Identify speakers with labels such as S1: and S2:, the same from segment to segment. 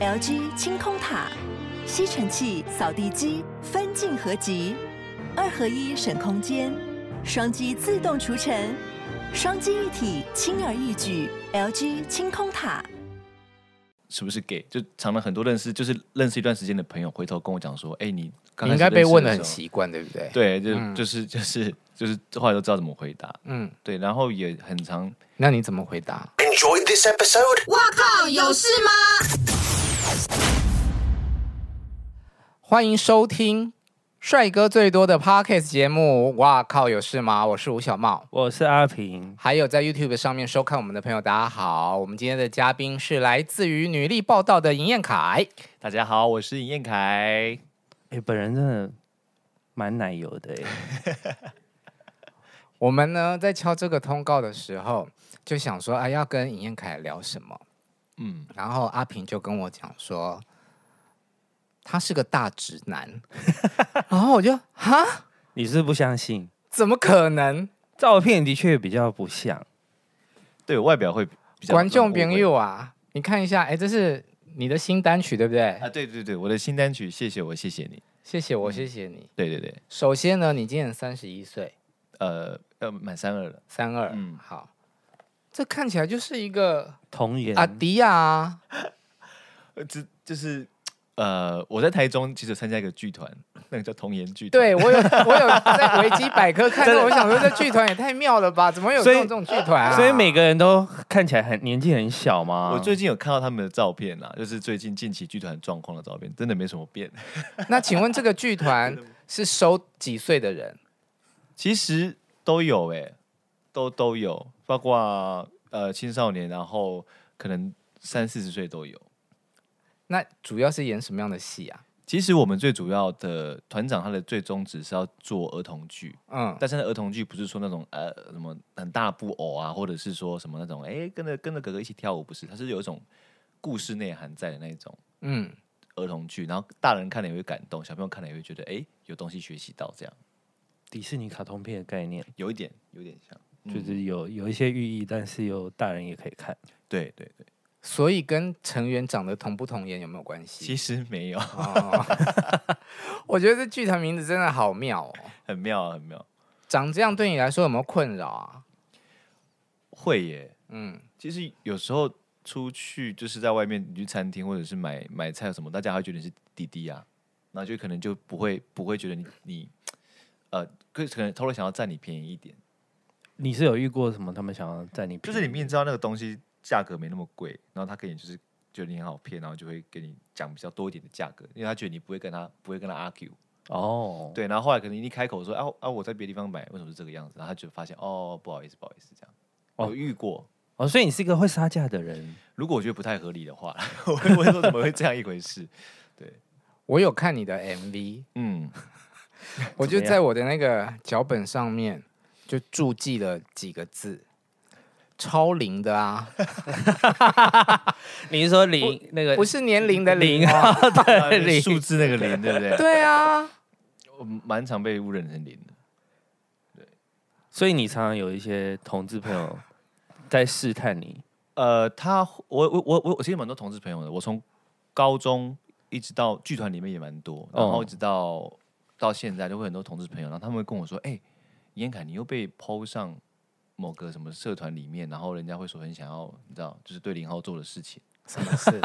S1: LG 清空塔、吸尘器、扫地机分镜合集，二合一省空间，双击自动除尘，双击一体轻而易举。LG 清空塔。
S2: 是不是 gay？就常常很多认识，就是认识一段时间的朋友，回头跟我讲说：“哎、你刚开
S3: 你应
S2: 始
S3: 该被
S2: 认识
S3: 问
S2: 的
S3: 的
S2: 时
S3: 很
S2: 候
S3: 习惯，对不对？，
S2: 对，就、
S3: 嗯
S2: 就是就是就是后来都知道怎么回答。
S3: 嗯，
S2: 对，然后也很常
S3: 那你怎么回答？
S4: Enjoyed this episode?
S3: 欢迎收听帅哥最多的 Podcast 节目。哇靠，有事吗？我是吴小茂。
S5: 我是阿平，
S3: 还有在 YouTube 上面收看我们的朋友，大家好。我们今天的嘉宾是来自于女力报道的尹彦凯。
S2: 大家好，我是尹彦凯。
S5: 哎、本人真的蛮奶油的哎、
S3: 我们呢在敲这个通告的时候，就想说，哎，要跟尹彦凯聊什么？
S2: 嗯，
S3: 然后阿平就跟我讲说，他是个大直男。然后我就哈，
S5: 你是不是不相信？
S3: 怎么可能？
S5: 照片的确比较不像，
S2: 对，外表会比较
S3: 观众
S2: 容易误
S3: 朋
S2: 会
S3: 友啊，你看一下，哎，这是你的新单曲对不对？
S2: 啊，对对对，我的新单曲《谢谢我谢谢你》。
S3: 谢谢我，谢谢你。
S2: 对对对，
S3: 首先呢，你今年三十一岁，
S2: 呃呃，满三二了，
S3: 三二，
S2: 嗯
S3: 好，这看起来就是一个
S5: 童颜
S3: 阿迪亚啊，
S2: 呃，这就是呃，我在台中其实有参加一个剧团，那个叫童颜剧团。
S3: 对我有我有在维基百科看到，我想说这剧团也太妙了吧，怎么会有
S5: 所
S3: 这
S5: 以
S3: 种这种剧团啊？
S5: 所以每个人都看起来很年纪很小吗？
S2: 我最近有看到他们的照片啦，就是最近近期剧团状况的照片，真的没什么变。
S3: 那请问这个剧团是收几岁的人？
S2: 其实都有诶、都都有，包括呃青少年，然后可能三四十岁都有。
S3: 那主要是演什么样的戏啊？
S2: 其实我们最主要的团长，他的最宗旨是要做儿童剧，
S3: 嗯，
S2: 但是那儿童剧不是说那种呃什么很大布偶啊，或者是说什么那种哎、跟着跟着哥哥一起跳舞，不是，它是有一种故事内涵在的那种
S3: 嗯，
S2: 儿童剧，然后大人看了也会感动，小朋友看了也会觉得哎、有东西学习到，这样
S5: 迪士尼卡通片的概念，
S2: 有一点有点像，
S5: 就是有有一些寓意，但是有大人也可以看。
S2: 对对对，
S3: 所以跟成员长得同不同颜有没有关系？
S2: 其实没有，
S3: 哦，我觉得这剧团名字真的好妙哦。
S2: 很妙啊很妙，
S3: 长这样对你来说有没有困扰啊？
S2: 会耶，
S3: 嗯，
S2: 其实有时候出去就是在外面，你去餐厅或者是买买菜什么，大家还会觉得你是弟弟啊，然后就可能就不会不会觉得你你呃，可可能偷偷想要占你便宜一点，
S5: 你是有遇过什么？他们想要在你
S2: 就是你明明知道那个东西价格没那么贵，然后他跟你就是觉得你很好骗，然后就会给你讲比较多一点的价格，因为他觉得你不会跟他不会跟他 argue，
S5: 哦，
S2: 对，然后后来可能一开口说啊啊我在别的地方买，为什么是这个样子？然后他就发现哦不好意思不好意思这样，
S5: 哦
S2: 我遇过。
S5: 哦，所以你是一个会杀价的人。
S2: 如果我觉得不太合理的话， 我会我会说怎么会这样一回 事？
S3: 我有看你的 MV，
S2: 嗯，
S3: 我
S5: 怎
S3: 就
S5: 么样
S3: 在我的那个脚本上面就注记了几个字，超龄的 啊，
S5: 你是说零那个
S3: 不是年龄的 龄、
S5: 零
S3: 哦。
S2: 啊
S5: 零
S2: 数字那个零， 对不对？
S3: 对啊，
S2: 我蛮常被误认成零的。
S5: 所以你常常有一些同志朋友在试探你，
S2: 呃，他我我我我我其实蛮多同志朋友的，我从高中一直到剧团里面也蛮多，然后一直到、到现在都会很多同志朋友，然后他们会跟我说：“哎、严凯，你又被抛上某个什么社团里面，然后人家会说很想要，你知道，就是对零号做的事情，
S3: 什么事？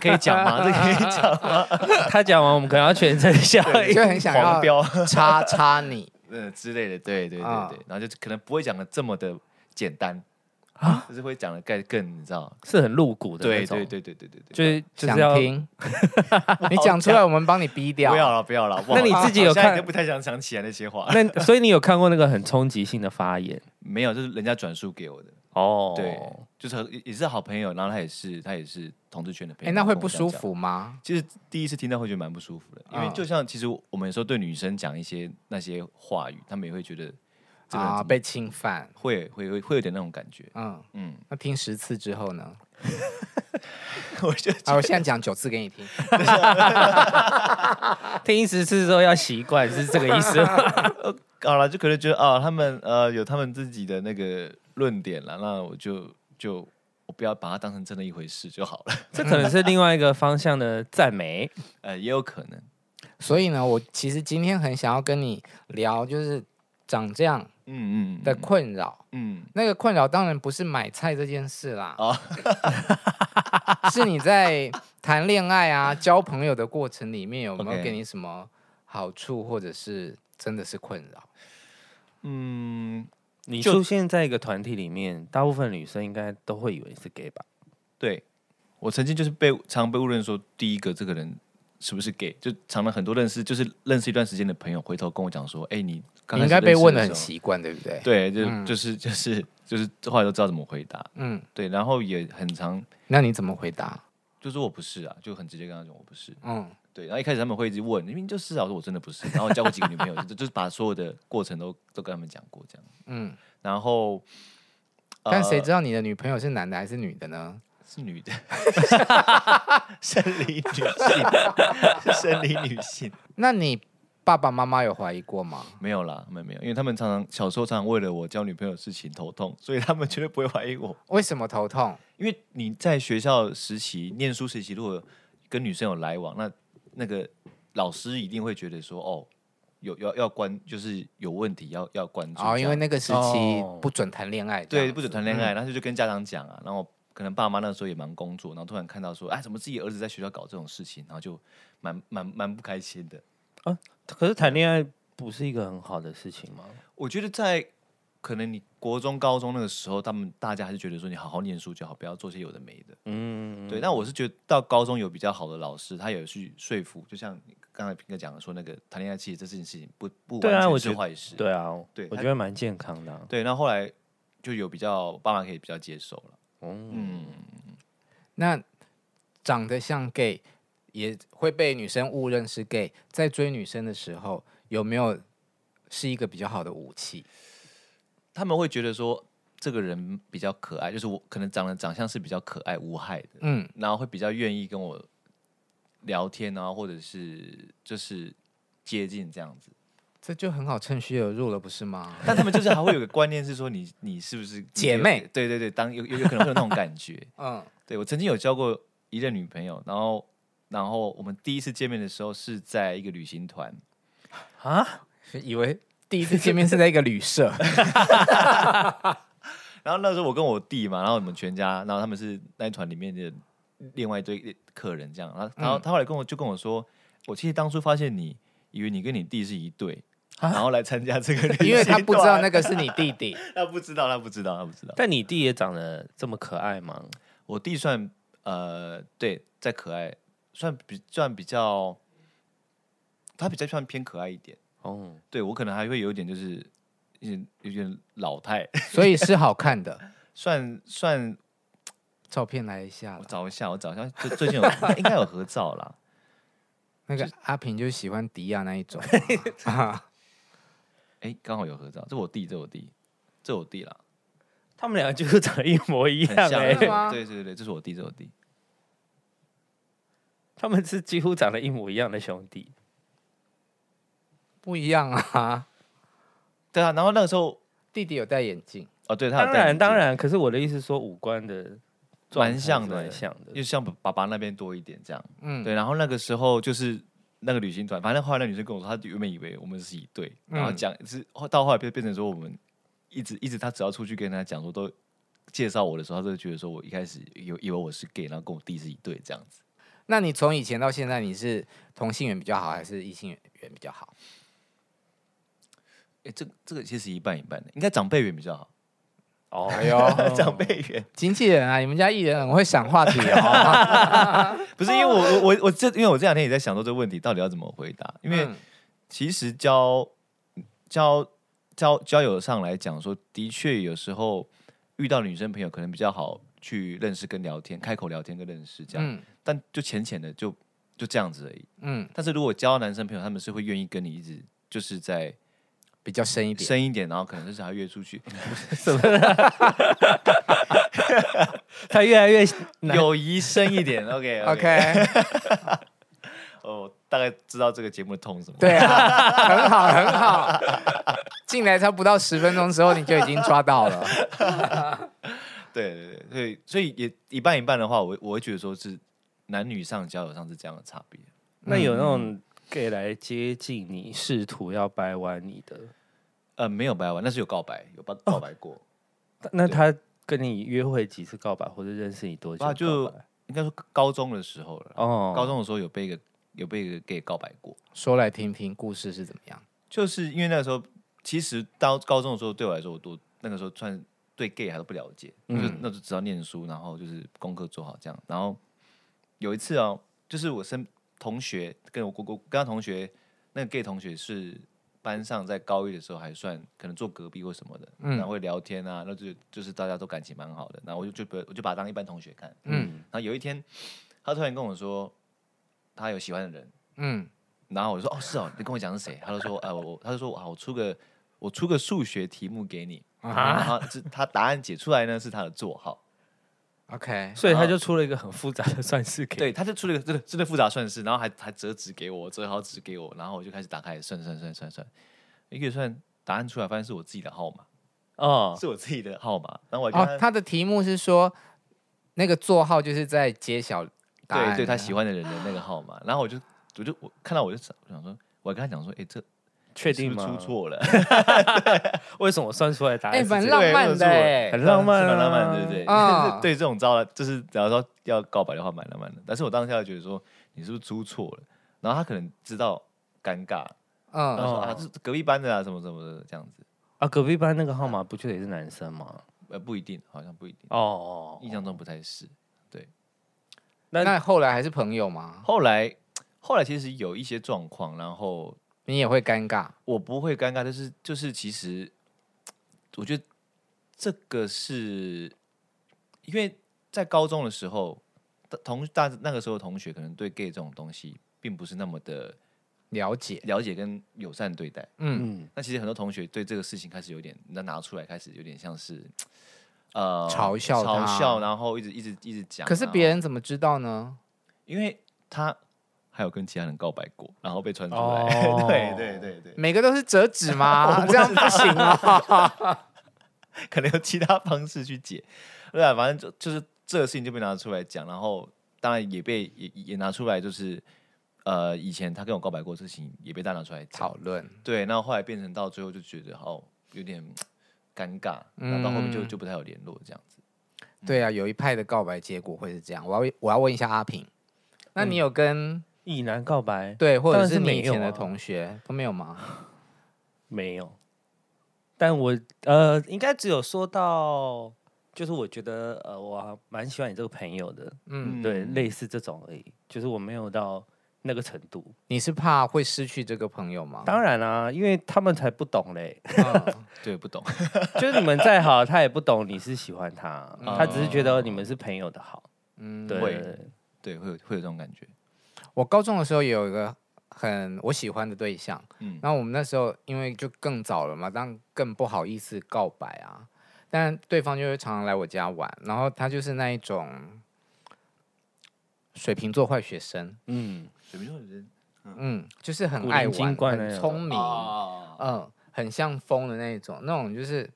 S2: 可以讲吗？这可以讲
S5: 他讲完我们可能要全身效应。
S3: 就很 想
S2: 黄
S3: 要
S2: 标
S3: 叉叉 你。
S2: 呃之类的，对对对对，
S3: 啊
S2: 然后就可能不会讲的这么的简单
S5: 啊，
S2: 就是会讲的更更你知道，
S5: 是很露骨的那
S2: 对
S5: 种，
S2: 对对对对对对，
S5: 就是就是
S3: 想
S5: 要。
S3: 听，你讲出来，我们帮你逼掉。
S2: 不要了，不要了。啊不好
S5: 那你自己有
S2: 我现在
S5: 看
S2: 都不太想想起来那些话。
S5: 那所以你有看过那个很冲击性的发言
S2: 没有，就是人家转述给我的。
S5: 哦？
S2: 对，就是很也也是好朋友，然后他也是他也是同志圈的朋
S3: 哎、
S2: 友。
S3: 那会
S2: 跟我
S3: 不
S2: 这样
S3: 舒
S2: 讲？
S3: 服吗？
S2: 其实第一次听到会觉得蛮不舒服的，因为
S3: 嗯
S2: 就像其实我们有时候对女生讲一些那些话语，他们也会觉得这个人怎
S3: 啊，
S2: 么
S3: 被侵犯。
S2: 会会会会有点那种感觉。
S3: 嗯，
S2: 嗯，
S3: 那听十次之后呢？
S2: 我就
S3: 啊，我现在讲九次给你 听。
S5: 听十次之后要习惯，是这个意 思吗？
S2: 好了，就可能哦觉得啊，他们呃有他们自己的那个论点了，那我就就我不要把它当成真的一回事就好了。
S5: 这可能是另外一个方向的赞美。
S2: 呃，也有可能，
S3: 所以呢，我其实今天很想要跟你聊，就是长这样
S2: 嗯嗯
S3: 的，困扰。
S2: 嗯
S3: 那个困扰当然不是买菜这件事啦，
S2: 哦
S3: 是你在谈恋爱啊、交朋友的过程里面有没有
S2: OK
S3: 给你什么好处，或者是真的是困扰？
S2: 嗯，
S5: 你
S2: 就
S5: 出现在一个团体里面，大部分女生应该都会以为是 gay 吧？
S2: 对我曾经就是被常被误认说，第一个这个人是不是 gay，就常了很多认识，就是认识一段时间的朋友，回头跟我讲说，哎、你刚
S3: 你应
S2: 开
S3: 该
S2: 始
S3: 被
S2: 认识
S3: 问的很
S2: 时候
S3: 习惯，对不对？，
S2: 对，就、
S3: 嗯
S2: 就是就是就是后来都知道怎么回答，
S3: 嗯，
S2: 对，然后也很常
S3: 那你怎么回答？
S2: 就说我不是啊，就很直接跟他讲我不是，
S3: 嗯，
S2: 对，然后一开始他们会一直问，明明就是啊，我说我真的不是，然后我交过几个女 朋友，就就是把所有的过程都都跟他们讲过这样，
S3: 嗯，
S2: 然后，呃
S3: 但谁知道你的女朋友是男的还是女的呢？
S2: 是女 的，生理女性，是生理女性，
S3: 那你爸爸妈妈有怀疑过吗？
S2: 没有啦，没有没有，因为他们常常小时候常常为了我交女朋友的事情头痛，所以他们绝对不会怀疑我，
S3: 为什么头痛？
S2: 因为你在学校时期、念书时期，如果跟女生有来往，那那个老师一定会觉得说，哦，有要要关，就是有问题要要关注这样。
S3: 哦，因为那个时嗯期
S5: 哦
S3: 不准谈恋爱，这
S2: 对
S3: 样
S2: 不准
S3: 子
S2: 谈恋爱，然后就跟家长讲啊，然后可能爸妈那时候也忙工作，然后突然看到说，哎，怎么自己儿子在学校搞这种事情，然后就蛮蛮蛮不开心的。
S5: 可是谈恋爱不是一个很好的事情吗？
S2: 我觉得在可能你国中、高中那个时候，他们大家还是觉得说你好好念书就好，不要做些有的没的。
S5: 嗯，
S2: 对，但我是觉得到高中有比较好的老师，他有去说服，就像你刚才平哥讲的说，那个谈恋爱其实这件事情不不
S5: 对啊
S2: 完
S5: 我
S2: 全
S5: 觉
S2: 是
S5: 得
S2: 坏事。
S5: 对啊，
S2: 对
S5: 我
S2: 他
S5: 觉得蛮健康的、啊。
S2: 对，那后来就有比较爸妈可以比较接受了。
S5: 嗯，
S3: 那长得像 gay 也会被女生误认是 gay，在追女生的时候有没有是一个比较好的武器？
S2: 他们会觉得说这个人比较可爱，就是我可能长得长相是比较可爱无害的，
S3: 嗯，
S2: 然后会比较愿意跟我聊天啊，或者是就是接近这样子。
S3: 这就很好趁虚而入了，不是吗？
S2: 但他们就是还会有个观念是说你你是不是
S3: 姐妹？
S2: 对对对，当有有有可能会有那种感觉。
S3: 嗯，
S2: 对我曾经有交过一任女朋友，然后然后我们第一次见面的时候是在一个旅行团，
S5: 啊，
S3: 以为第一次见面是在一个旅社，
S2: 然后那时候我跟我弟嘛，然后我们全家，然后他们是那一团里面的另外一堆客人这样，然后
S3: 嗯
S2: 然后他后来跟我就跟我说，我其实当初发现你以为你跟你弟是一对，然后来参加 这个旅行团，
S3: 啊因为他不知道那个是你弟 弟。
S2: 他不知道他不知道他不知道，
S5: 但你弟也长得这么可爱吗？
S2: 我弟算呃对在可爱，算比算比较，他比较算偏可爱一点。
S5: 哦，
S2: 对我可能还会有一点就是，有点有点老态，
S3: 所以是好看的。
S2: 算算
S3: 照片来一下
S2: 我
S3: 啦，
S2: 找一下，我找一下，最最近有应该有合照啦。
S3: 那个阿平就喜欢迪亚那一种 啊、啊
S2: 哎、刚好有合照，这我弟，这我弟，这我弟啦，
S5: 他们两个就是长得一模一
S2: 很
S5: 样
S2: 像，啊
S5: 哎、
S3: 是吗
S2: 对对对对，这是我弟，这是我弟，
S5: 他们是几乎长得一模一样的兄弟。
S3: 不一样啊。
S2: 对啊。然后那个时候，
S3: 弟弟有戴眼镜，
S2: 哦，对他有
S5: 当
S2: 戴眼
S5: 然，
S2: 镜
S5: 当，然，可是我的意思是说，五官的状态
S2: 蛮像的欸
S5: 是蛮像的
S2: 又。像爸爸那边多一点这样。
S3: 嗯，
S2: 对，然后那个时候就是那个旅行团，反正后来那女生跟我说，她原本以为我们是一对，然后
S3: 嗯
S2: 讲是后到后来变变成说我们一直一直，她只要出去跟她讲说都介绍我的时候，她就觉得说我一开始有以为我是 gay，然后跟我弟是一对这样子。
S3: 那你从以前到现在，你是同性缘比较好，还是异性缘比较好？
S2: 哎，这个这个其实一半一半的，应该长辈缘比较好，
S5: 哦，
S3: 哎呦，
S2: 长辈缘。
S3: 经纪人啊，你们家艺人很会想话题哦。
S2: 不是因为我我我我这因为我这两天也在想说这个问题到底要怎么回答，因为
S3: 嗯
S2: 其实交交交交友上来讲说，的确有时候遇到女生朋友可能比较好去认识跟聊天，开口聊天跟认识这样，
S3: 嗯
S2: 但就浅浅的就就这样子而已。
S3: 嗯，
S2: 但是如果交到男生朋友，他们是会愿意跟你一直就是在
S3: 比较深一点。
S2: 深一点，然后可能就是还约出 去，
S5: 他越来越男
S2: 友谊深一点。OK
S3: OK，
S2: 哦，大概知道这个节目的痛什么。
S3: 对啊，很好很好。进来差不到十分钟之后，你就已经抓到了。
S2: 对对对，所以所以也一半一半的话，我我会觉得说是男女上交友上是这样的差别。
S5: 那有那
S2: 嗯
S5: 种 gay 来接近你，试图要掰弯你的，
S2: 呃，没有白玩，但是有告白，有
S5: 哦
S2: 告告白过。
S5: 那他跟你约会几次告白，或者认识你多久告
S2: 啊
S5: 白？
S2: 就应该说高中的时候了，
S5: 哦，
S2: 高中的时候有被一个有被一个 gay 告白过，
S3: 说来听听故事是怎么样？
S2: 就是因为那个时候，其实到高中的时候对我来说，我都那个时候算对 gay 还都不了解，
S5: 嗯
S2: 就是那就只要念书，然后就是功课做好这样。然后有一次哦，就是我身同学跟我我我跟他同学那个 gay 同学是班上在高一的时候还算可能坐隔壁或什么的，然后会聊天啊，那就就是大家都感情蛮好的。然后我就就把我就把他当一般同学看，
S3: 嗯
S2: 然后有一天，他突然跟我说，他有喜欢的人，
S3: 嗯，
S2: 然后我就说，哦，是哦，你跟我讲是谁？他就说，呃，我，他就说，啊，我出个，我出个数学题目给你，然后这他答案解出来呢是他的座号，
S3: OK，
S5: 所以他就出了一个很复杂的算式给你。
S2: 对，他就出了一个真的真的复杂算式，然后还还折纸给我，折好纸给我，然后我就开始打开算算算算算，一个算答案出来，发现是我自己的号码，
S5: 哦，
S2: 是我自己的号码，然后我还
S3: 哦，
S2: 跟他，
S3: 他的题目是说那个座号就是在揭晓答案，啊
S2: 对对他喜欢的人的那个号码，然后我就我就我看到我就想我想说，我还跟他讲说，哎，这
S5: 确定
S2: 是不是
S5: 吗？
S2: 出错了。
S5: 为什么我算出来答
S3: 哎，
S5: 案是这
S3: 蛮
S5: 个
S3: 浪漫的哎
S5: 很浪漫
S2: 是
S5: 啊
S2: 蛮浪漫的，对不对？
S3: 啊
S2: 对这种招了，就是假如说要告白的话，蛮浪漫的。但是我当下就觉得说，你是不是出错了？然后他可能知道尴尬，然后
S3: 嗯，
S2: 说、
S5: 哦
S2: 啊，这是隔壁班的啊，什么什么的这样子。
S5: 啊？隔壁班那个号码不就也是男生吗？
S2: 呃，不一定，好像不一定，
S5: 哦，
S2: 印象中不太是。
S5: 那
S3: 那后来还是朋友吗？
S2: 后来，后来其实有一些状况，然后
S3: 你也会尴尬，
S2: 我不会尴尬，但是就是其实，我觉得这个是因为在高中的时候，大同大那个时候同学可能对 gay 这种东西并不是那么的
S3: 了解，
S2: 了解跟友善对待。
S3: 嗯，
S5: 嗯，
S2: 那其实很多同学对这个事情开始有点，那拿出来开始有点像是呃
S3: 嘲笑他
S2: 嘲笑，然后一直一直一直讲。
S3: 可是
S2: 然后
S3: 别人怎么知道呢？
S2: 因为他还有跟其他人告白过，然后被传出来。
S5: 哦
S2: 对对对对，
S3: 每个都是折 纸吗？这样不行啊！
S2: 可能有其他方式去解。对啊，反正就就是这个事情就被拿出来讲，然后当然也被也也拿出来，就是呃以前他跟我告白过的事情也被大家拿出来讲
S3: 讨。论，
S2: 对，那后来变成到最后就觉得哦有点尴尬，然后到后面就
S3: 嗯
S2: 就不太有联络这样子。
S3: 对啊，有一派的告白结果会是这样。我要问我要问一下阿平，那你有跟
S5: 以男告白
S3: 对或
S5: 当
S3: 者嗯
S5: 然
S3: 是
S5: 是
S3: 你
S5: 没
S3: 以
S5: 有
S3: 前的
S5: 啊
S3: 同学都没有吗？
S5: 没有？但我呃，应该只有说到，就是我觉得呃，我还蛮喜欢你这个朋友的，
S3: 嗯，
S5: 对，类似这种而已，就是我没有到那个程度。
S3: 你是怕会失去这个朋友吗？
S5: 当然啦、啊因为他们才不懂嘞，
S3: 嗯
S2: 对，不懂。
S5: 就是你们再好，他也不懂你是喜欢他，
S2: 嗯
S5: 他只是觉得你们是朋友的好。
S3: 哦嗯，
S5: 对
S2: 会
S5: 对，对
S2: 对，会有会有这种感觉。
S3: 我高中的时候也有一个很我喜欢的对象，
S2: 嗯
S3: 然后我们那时候因为就更早了嘛，当然更不好意思告白啊。但对方就会常常来我家玩，然后他就是那一种水瓶座坏学生，
S5: 嗯，
S2: 水瓶座的人
S3: 嗯，就是很
S5: 古
S3: 爱
S5: 灵精
S3: 玩、
S5: 怪那
S3: 很
S5: 种
S3: 聪明，
S2: 啊，
S3: 嗯，很像风的那一种，那种就是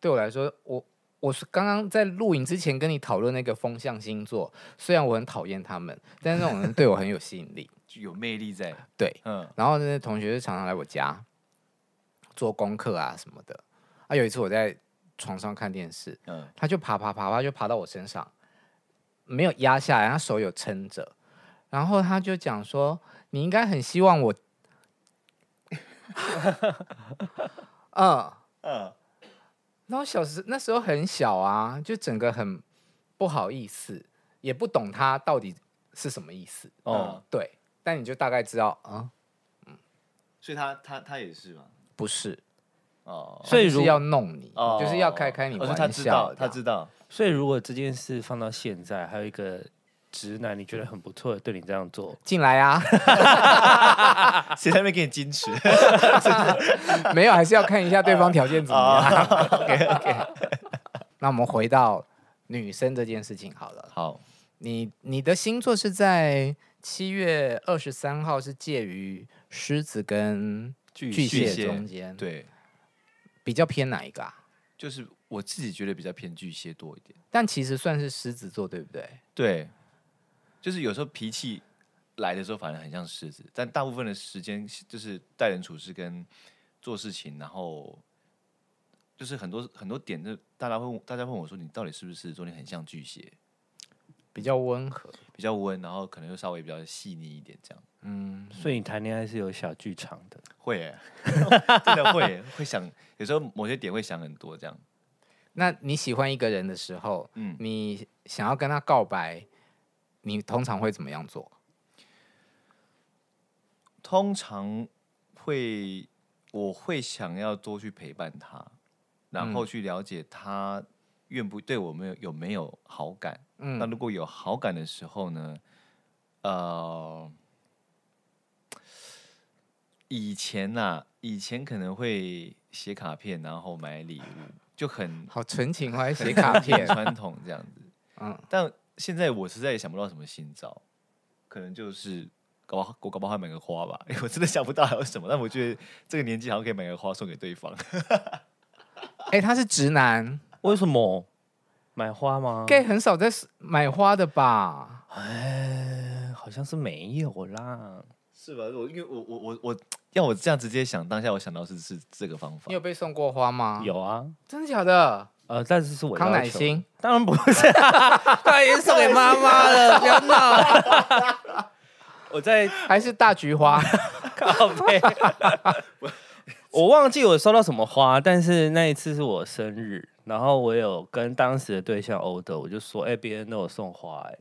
S3: 对我来说，我我是刚刚在录影之前跟你讨论那个风象星座，虽然我很讨厌他们，但是那种人对我很有吸引力。
S2: 就有魅力在。
S3: 对，
S2: 嗯，
S3: 然后那些同学就常常来我家做功课啊什么的。啊，有一次我在床上看电视，
S2: 嗯
S3: 他就爬爬爬爬就爬到我身上，没有压下来，他手有撑着，然后他就讲说：“你应该很希望我。” 嗯，
S2: 嗯，
S3: 然后小时那时候很小啊，就整个很不好意思，也不懂他到底是什么意思。
S5: 哦，
S2: 嗯
S3: 对，但你就大概知道啊、
S2: 所以他他他也是嘛。
S3: 不是，
S2: 哦
S5: 所以
S3: 他就是
S5: 如
S3: 要弄你，
S2: 哦，
S3: 就是要开开你
S2: 哦
S3: 玩
S2: 所
S3: 笑
S2: 以他
S3: 这样。
S2: 知道，他知道。
S5: 所以如果这件事放到现在，还有一个直男你觉得很不错的对你这样做，
S3: 进来啊，
S2: 谁在那边给你矜持？
S3: 没有，还是要看一下对方条件怎么样。OK
S2: 哦
S3: OK。那 我们回到女生这件事情好了，
S2: 好，
S3: 你你的星座是在七月二十三号，是介于狮子跟
S5: 巨
S3: 巨
S2: 蟹
S3: 蟹中间，，
S2: 对，
S3: 比较偏哪一个啊？
S2: 就是我自己觉得比较偏巨蟹多一点。
S3: 但其实算是狮子座，对不对？
S2: 对，就是有时候脾气来的时候，反而很像狮子，但大部分的时间就是待人处事跟做事情，然后就是很多很多点，就大家会问大家问我说，你到底是不是狮子座？你很像巨蟹，
S3: 比较温和。
S2: 比较温，然后可能又稍微比较细腻一点，这样
S3: 嗯，
S5: 所以你谈恋爱是有小剧场的，
S2: 会耶、 真的会耶、会想，有时候某些点会想很多，这样
S3: 那你喜欢一个人的时候，
S2: 嗯
S3: 你想要跟他告白，你通常会怎么样做？
S2: 通常会我会想要多去陪伴他，然后去了解他愿不对我们有有没有好感，那
S3: 嗯
S2: 如果有好感的时候呢，呃，以前呐、以前可能会写卡片，然后买礼物，就很
S3: 好纯情哦，还 写卡片
S2: 很。 传统这样子。
S3: 嗯，
S2: 但现在我实在也想不到什么新招，可能就是搞不好我搞不好还买个花吧， 因为我真的想不到还有什么。但我觉得这个年纪好像可以买个花送给对方。
S3: 哎、他是直男
S5: 为什么？买花吗？
S3: ，gay 很少在买花的吧？
S5: 哎，好像是没有啦。
S2: 是吧？我因为我我我我要我这样直接想，当下我想到是是这个方法
S3: 你。有被送过花吗？，
S5: 有啊，
S3: 真的假的？
S5: 呃，但是是我
S3: 康
S5: 要
S3: 乃
S5: 求，
S3: 馨，
S5: 当然不是、 啊，他已经送给妈妈了，不要闹。我在
S3: 还是大菊花？
S5: 靠背，我忘记我收到什么花，但是那一次是我生日，然后我有跟当时的对象欧的，我就说，哎、别人都有送花、哎，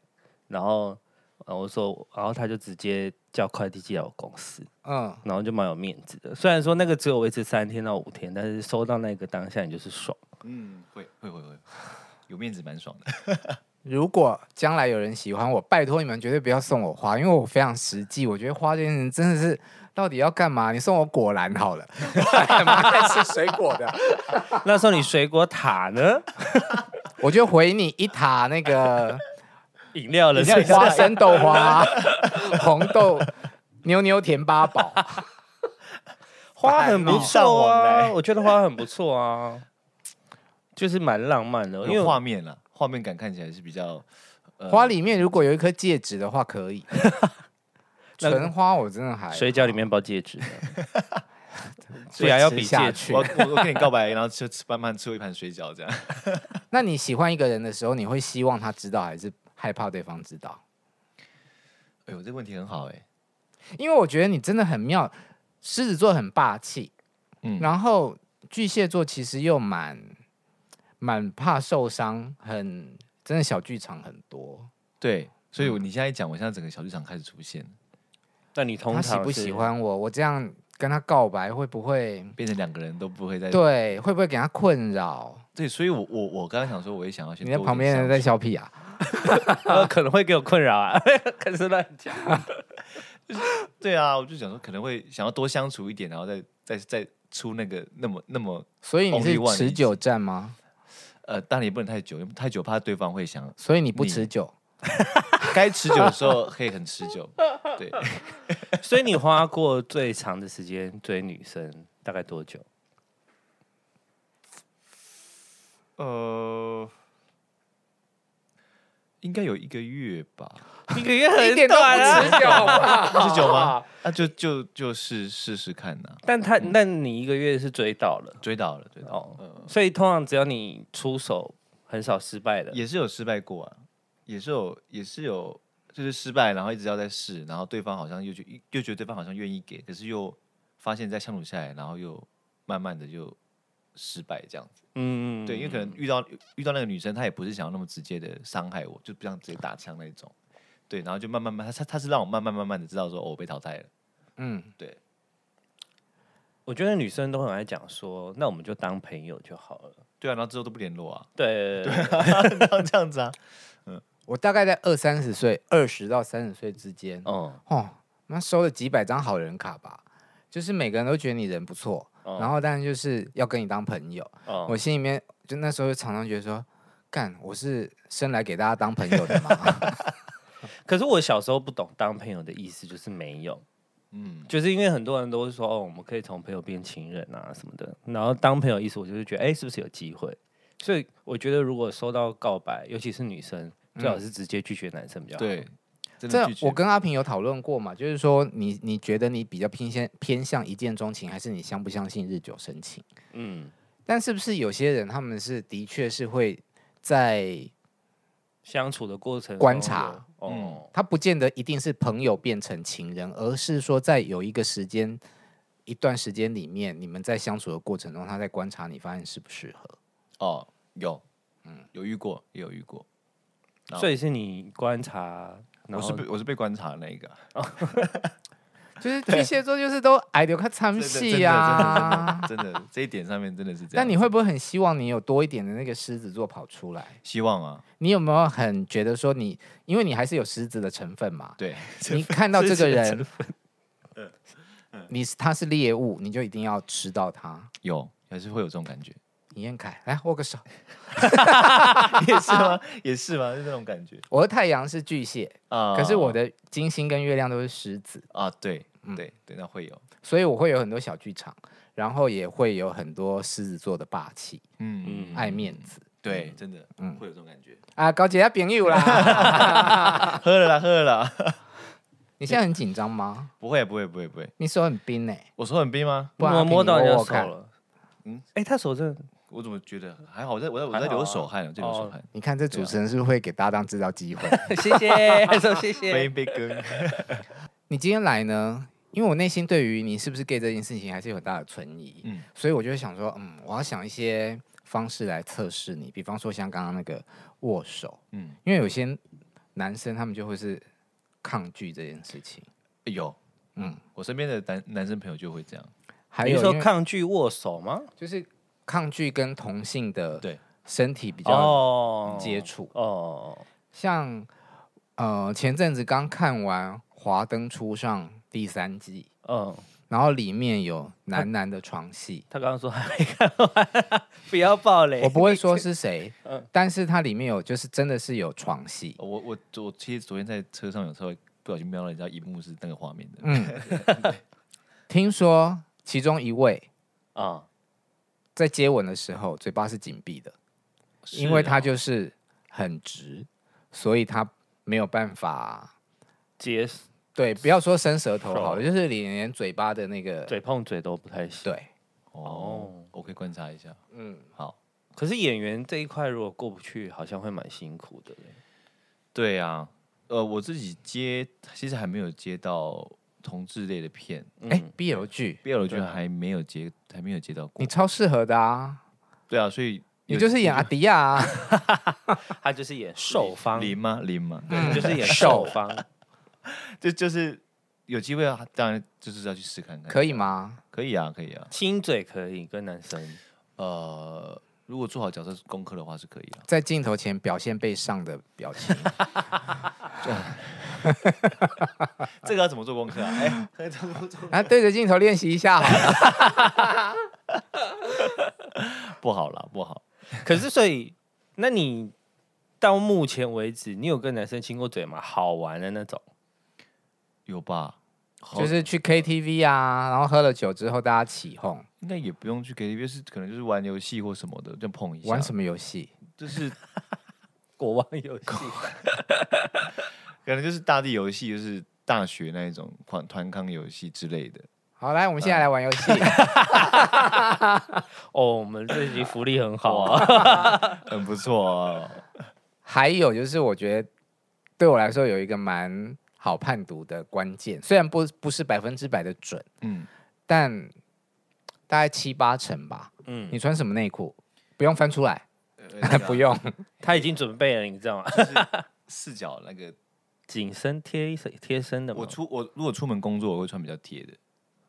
S5: 然后，呃，我说，然后他就直接叫快递寄来我公司，
S3: 嗯，
S5: 然后就蛮有面子的。虽然说那个只有维持三天到五天，但是收到那个当下你就是爽。
S2: 嗯，会会会会， 有面子蛮爽的。
S3: 如果将来有人喜欢我，拜托你们绝对不要送我花，因为我非常实际。我觉得花这件事真的是到底要干嘛？你送我果篮好了，我还蛮爱吃水果的。
S5: 那时候你水果塔呢？
S3: 我就回你一塔那个
S5: 饮料了是不是
S3: 花生豆 花、红豆妞妞甜八宝。
S5: 花很 不
S3: 礼
S2: 尚
S5: 错
S2: 往来
S5: 啊，我觉得花很不错啊，就是蛮浪漫的，因为
S2: 有画面啦，画面感看起来是比较呃
S3: 嗯花里面如果有一颗戒指的话，可以。
S5: 那个
S3: 纯花我真的还
S5: 水饺里面包戒指的，
S3: 最
S5: 啊 对啊，要比
S3: 下
S5: 戒
S3: 去
S5: 指。
S2: 我我我跟你告白，然后吃吃慢慢吃一盘水饺这样。
S3: 那你喜欢一个人的时候，你会希望他知道，还是害怕对方知道？
S2: 哎呦，这个问题很好哎、
S3: 因为我觉得你真的很妙，狮子座很霸气，
S2: 嗯
S3: 然后巨蟹座其实又蛮蛮怕受伤，很真的小剧场很多。
S2: 对，所以我你现在一讲，我现在整个小剧场开始出现，
S5: 那你通
S3: 他
S5: 常
S3: 喜不喜
S5: 是？
S3: 欢我？我这样跟他告白会不会？
S2: 变成两个人都不会再
S3: 对，会不会给他困扰？
S2: 对，所以我我我刚刚想说，我也想要先
S3: 你在
S2: 多一
S3: 旁
S2: 点
S3: 边的
S2: 相
S3: 人在笑屁啊？
S5: 呃 可能会给我困扰啊， 可是乱讲。
S2: 处对啊，我就想说可能会想要多相处一点，然后再再再出那个那么那么
S3: 所以你是
S2: Only one 的意
S3: 持
S2: 思
S3: 久战吗？
S2: 呃，当然也不能太久，因为太久怕对方会想
S3: 所以你不
S2: 你
S3: 持久，
S2: 该持久的时 候可以很持久，对，
S5: 所以你花过最长的时间追女生大概多久？
S2: 呃，应该有一个月吧，
S5: 一个月
S3: 一
S5: 很
S3: 点都不
S5: 短啊，
S3: 持久好不好，
S2: 持久吗？那、就就就是试试看呐、
S5: 但他，那你一个月是追到了
S2: 追到了，追到了
S5: 哦，所以通常只要你出手，很少失败的。
S2: 也是有失败过啊，也是有也是有就是失败，然后一直要在试，然后对方好像又觉又觉得对方好像愿意给，可是又发现再相处下来，然后又慢慢的就失败这样子。
S5: 嗯，
S2: 对，因为可能遇到遇到那个女生，她也不是想要那么直接的伤害我，就不想直接打枪那一种。对，然后就慢慢慢，她她她是让我慢慢慢慢的知道说，哦，我被淘汰了。
S3: 嗯，
S2: 对，
S5: 我觉得女生都很爱讲说，那我们就当朋友就好了。
S2: 对啊，然后之后都不联络啊，
S5: 对，
S2: 然后这样子啊。
S3: 我大概在二三十岁，二十到三十岁之间，
S5: 嗯，
S3: 哦，那收了几百张好人卡吧，就是每个人都觉得你人不错，
S5: 哦
S3: 然后但就是要跟你当朋友。
S5: 哦
S3: 我心里面就那时候常常觉得说，干，我是生来给大家当朋友的嘛。
S5: 可是我小时候不懂当朋友的意思，就是没有，
S2: 嗯，
S5: 就是因为很多人都会说哦，我们可以从朋友变情人啊什么的。然后当朋友意思，我就是觉得哎、是不是有机会？所以我觉得如果收到告白，尤其是女生，最好是直接拒绝男生比较好。
S2: 对， 真的
S3: 这
S2: 拒绝
S3: 我跟阿平有讨论过嘛，就是说你你觉得你比较偏向偏向一见钟情，还是你相不相信日久生情？
S5: 嗯，
S3: 但是不是有些人他们是的确是会在
S5: 相处的过程中
S3: 观察
S5: 有，
S2: 嗯
S5: 哦，
S3: 他不见得一定是朋友变成情人，而是说在有一个时间一段时间里面，你们在相处的过程中，他在观察你，发现适不适合。
S2: 哦有，嗯，有遇过，也有遇过。然后
S5: 所以是你观察，然
S2: 我
S5: 后
S2: 是被我是被观察的那一个，啊
S3: 就是巨蟹座，就是都爱留看参
S2: 真的
S3: 戏 呀。
S2: 真的真的真的真的这一点上面真的 是这样。
S3: 但你会不会很希望你有多一点的那个狮子座跑出来？
S2: 希望啊？
S3: 你有没有很觉得说你，因为你还是有狮子的成 分嘛？
S2: 对，
S3: 你看到这个人，
S2: 嗯
S3: 你是他是猎物，你就一定要吃到他。
S2: 有还是会有这种 感觉，
S3: 尹彦凯，来握个手。
S2: 也是吗？也是吗？是这种感觉
S3: 我的太阳是巨蟹，
S2: 啊
S3: 可是我的金星跟月亮都是狮子，
S2: 啊，对
S3: 嗯
S2: 对对，那会有，
S3: 所以我会有很多小剧场，然后也会有很多狮子座的霸气、
S2: 嗯，
S5: 嗯
S3: 爱面子
S2: 对，真的，
S3: 嗯
S2: 会有这种 感觉。
S3: 啊。高姐要贬 义啦，
S2: 喝了啦，喝了啦，
S3: 你现在很紧张吗？
S2: 不会不会不会不会，
S3: 你手很冰欸呢、
S2: 我手很冰吗？
S3: 不然
S5: 我
S3: 阿平
S5: 摸
S3: 你
S5: 到人
S3: 握
S5: 家
S3: 我
S5: 手
S3: 看
S2: 嗯
S5: 了。嗯，哎，他手真的
S2: 我怎么觉得还好？我在我在我
S5: 还
S2: 在
S5: 好啊
S2: 流手汗，我在流手汗。
S3: 你看这主持人是不是会给搭档制造机会？
S2: 啊
S5: 谢谢，说谢谢。
S2: 杯 羹，
S3: 你今天来呢，因为我内心对于你是不是 gay 这件事情还是有很大的存疑，
S2: 嗯
S3: 所以我就会想说，嗯，我要想一些方式来测试你，比方说像刚刚那个握手，
S2: 嗯，
S3: 因为有些男生他们就会是抗拒这件事情，
S2: 有，
S3: 嗯，
S2: 我身边的男男生朋友就会这样，
S3: 还
S5: 你
S3: 有
S5: 是说
S3: 因为
S5: 抗拒握手吗？
S3: 就是抗拒跟同性的
S2: 对
S3: 身体比较
S5: 哦，
S3: 接触，
S5: 哦，
S3: 像呃前阵子刚看完《华灯初上》第三季，
S5: 嗯，
S3: 然后里面有男男的床 戏。
S5: 他刚刚说还没看完， 不要暴雷。，
S3: 我不会说是谁
S5: 嗯
S3: 但是它里面有就是真的是有床戏，
S2: 我我我其实昨天在车上有稍微不小心瞄到人家荧幕是那个画面的，
S3: 嗯，听说其中一位
S5: 啊，
S3: 在接吻的时候嘴巴是紧闭的，
S5: 是
S3: 因为他
S5: 哦
S3: 就是很直，所以他没有办法。
S5: 接
S3: 对，不要说伸舌头
S5: 手
S3: 好了，就是连连嘴巴的那个，
S5: 嘴碰嘴都不太行。
S3: 对，
S2: 哦，我可以观察一下，
S3: 嗯，
S2: 好，
S5: 可是演员这一块如果过不去，好像会蛮辛苦的嘞。
S2: 对啊，呃，我自己接其实还没有接到同志类的片
S3: 哎、b l 剧，
S2: ，BL 剧
S5: 对啊
S2: 还没有接，还没有接到过
S3: 你，超适合的啊，
S2: 对啊，所以
S3: 你就是演阿迪亚啊，
S5: 他就是演受方，
S2: 零吗零吗？
S3: 嗯
S5: 对，就是演受方。
S2: 这就是有机会啊，当然就是要去试看看，
S3: 可以吗？
S2: 可以啊，可以啊，
S5: 亲嘴可以跟男生，
S2: 呃，如果做好角色功课的话是可以啊。
S3: 在镜头前表现被上的表情，
S2: 这个要怎么做功 课啊？哎、怎么做？
S3: 啊，对着镜头练习一下好了。
S2: 不好啦，不好。
S5: 可是所以，那你到目前为止，你有跟男生亲过嘴吗？好玩的那种，
S2: 有吧？好
S3: 就是去 KTV 啊，然后喝了酒之后大家起哄，
S2: 应该也不用去 KTV，是可能就是玩游戏或什么的，就碰一下。
S3: 玩什
S2: 么？
S3: 么游戏？
S2: 就是
S5: 国王游戏，
S2: 可能就是大地游戏，就是大学那一种团团康游戏之类的。
S3: 好，来，我们现在来玩游戏。
S5: 哦，我们这集福利很好啊，
S2: 很不错哦。
S3: 还有就是，我觉得对我来说有一个蛮好判读的关键，虽然不不是百分之百的准，
S2: 嗯，
S3: 但大概七八成吧。
S5: 嗯，
S3: 你穿什么内裤？不用翻出来，
S2: 啊
S3: 不用。
S5: 他已经准备了，你知道吗？
S2: 视角那个，
S5: 紧身贴身贴身的嘛，
S2: 我出我如果出门工作，我会穿比较贴的，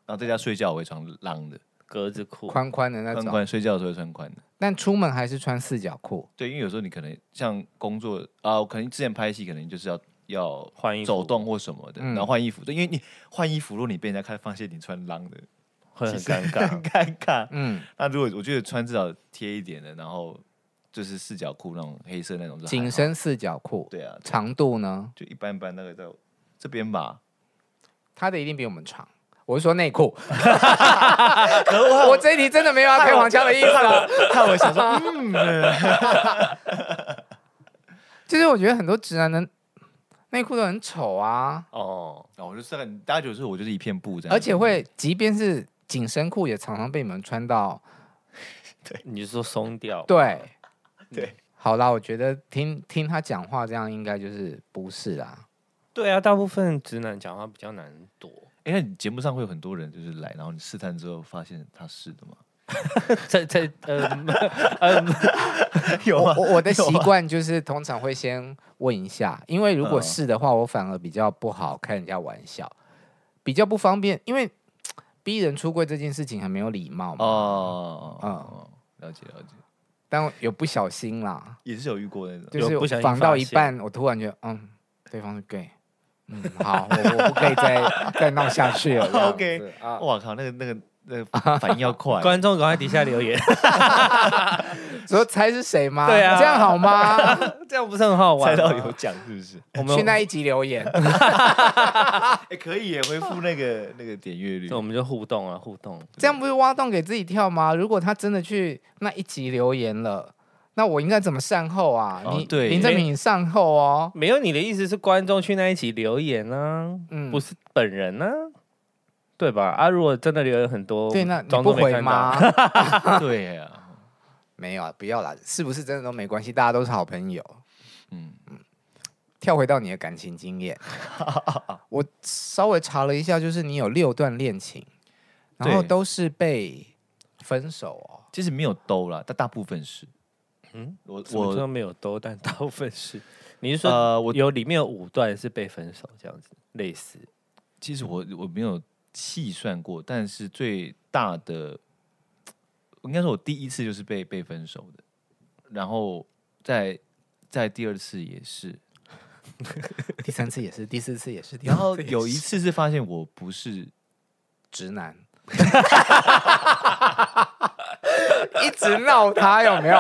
S2: 然后在家睡觉我会穿浪的，
S5: 格子裤，
S3: 宽宽的那
S2: 宽
S3: 种，
S2: 宽睡觉的时候会穿宽的。
S3: 但出门还是穿四角裤。
S2: 对，因为有时候你可能像工作啊，我可能之前拍戏，可能就是要要
S5: 换衣服
S2: 走动或什么的，
S3: 嗯
S2: 然后换衣服。对，因为你换衣服，如果你被人家看发现你穿浪的，
S5: 会很
S2: 其实
S5: 尴
S3: 啊
S5: 尬
S2: 很。尴尬。
S3: 嗯，
S2: 那如果我觉得穿至少贴一点的，然后就是四角裤那种黑色那种就还好
S3: 紧，身四角裤，
S2: 对啊，
S3: 长度呢？
S2: 就一般般，大概在这边吧。
S3: 它的一定比我们长。我是说内裤，
S2: 可我
S3: 我这一题真的没有要开黄腔的意思 啊。
S2: 看我想说，嗯，
S3: 就是我觉得很多直男的内裤都很丑啊，
S5: 哦，
S2: 哦，我就是很大家觉得是我就是一片布这样，
S3: 而且会，即便是紧身裤，也常常被你们穿到。
S5: 你是说松掉？
S3: 对，嗯
S2: 对，
S3: 好啦，我觉得听听他讲话这样，应该就是不是 啦。
S5: 对啊，大部分直男讲话比较难躲，
S2: 哎，那你节目上会有很多人就是来，然后你试探之后发现他是的吗？
S5: 在在 呃 呃，
S2: 有
S3: 我
S2: 啊，
S3: 我我的
S2: 有啊
S3: 习惯就是通常会先问一下，因为如果
S2: 嗯
S3: 是的话，我反而比较不好开人家玩笑，比较不方便，因为逼人出柜这件事情很没有礼貌嘛。
S2: 哦，
S3: 嗯
S2: 哦，了解了解，
S3: 但有不小心啦，
S2: 也是有遇过那种，
S3: 就
S5: 有不小
S3: 是
S5: 心
S3: 仿
S5: 发
S3: 到一
S5: 现
S3: 半，我突然觉得，嗯，对方是 gay，嗯，好，我我不可以再再闹下去了这 样子。
S2: OK
S3: 啊，
S2: 哇靠，那个那个那个反应要快，
S5: 观众赶快底下留言，
S3: 说猜是谁吗？
S5: 对啊
S3: 这样好吗？
S5: 这样不是很好玩
S2: 猜
S5: 吗？
S2: 到有奖是不是？
S5: 我们
S3: 去那一集留言。
S2: 哎，可以耶，回复那个那个点阅率
S5: 这，我们就互动啊，互动。
S3: 这样不是挖洞给自己跳吗？如果他真的去那一集留言了，那我应该怎么善后啊？
S2: 哦
S3: 你
S2: 对
S3: 林正
S5: 没
S3: 明你善后哦。
S5: 没有你的意思是观众去那一起留言啊，
S3: 嗯，
S5: 不是本人呢、对吧？啊，如果真的留言很多，
S3: 对，那你
S5: 装
S3: 不
S5: 作没
S3: 回
S5: 看到
S3: 吗？？
S2: 对呀，
S3: 没有啊，不要啦，是不是真的都没关系？大家都是好朋友。
S2: 嗯，
S3: 跳回到你的感情经 验，我稍微查了一下，就是你有六段恋情，然后
S2: 对
S3: 都是被分手哦。
S2: 其实没有兜啦，但大部分是，
S5: 嗯，
S2: 我
S5: 我
S2: 我
S5: 都没有兜，但大部分是。你是说、
S2: 呃我
S5: 有里面有五段是被分手这样子，类似
S2: 其实我我没有细算过，但是最大的，应该说我第一次就是被被分手的，然后在在第二次也是，
S3: 第三次也是，第四次也是，第
S2: 然
S3: 五
S2: 后
S3: 次也
S2: 有一
S3: 是
S2: 次是发现我不是，
S3: 直男， 一直闹他有没有？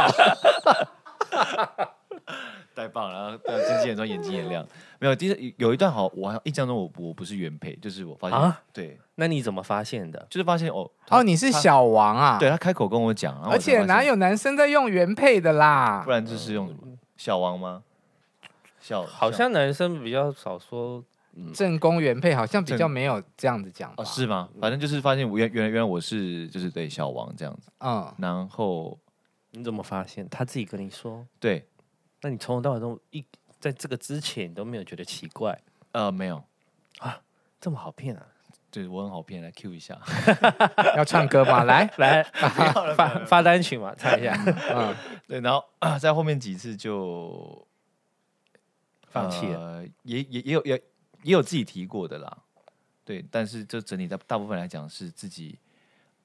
S2: 太棒了，然后然后经纪人说眼睛也亮，没有，第一有一段好，我好像印象中我我不是原配，就是我发现，
S5: 啊
S2: 对，
S5: 那你怎么发现的？
S2: 就是发现哦，他
S3: 哦，你是小王啊？
S2: 对，他开口跟我讲，然后我
S3: 而
S2: 才
S3: 且
S2: 发
S3: 哪
S2: 现，
S3: 有男生在用原配的啦
S2: 不？然就是用什么小王吗？小
S5: 好像男生比较少说，
S3: 正宫原配好像比较
S2: 正
S3: 没有这样子讲吧？
S2: 哦，是吗？反正就是发现我原原来原来我是就是对小王这样子，
S3: 嗯，
S2: 然后
S5: 你怎么发现？他自己跟你说，
S2: 对
S5: 那你从头到尾都一在这个之前你都没有觉得奇怪，
S2: 呃没有，
S5: 这么好骗啊？
S2: 对我很好骗，来 Q 一下，
S3: 要唱歌吗？来，
S5: 来发发单曲嘛，唱一下，
S3: 嗯，
S2: 对，然后、啊在后面几次就
S5: 放弃了。
S2: 呃也也也有也也有自己提过的啦，对，但是就整体大大部分来讲是自己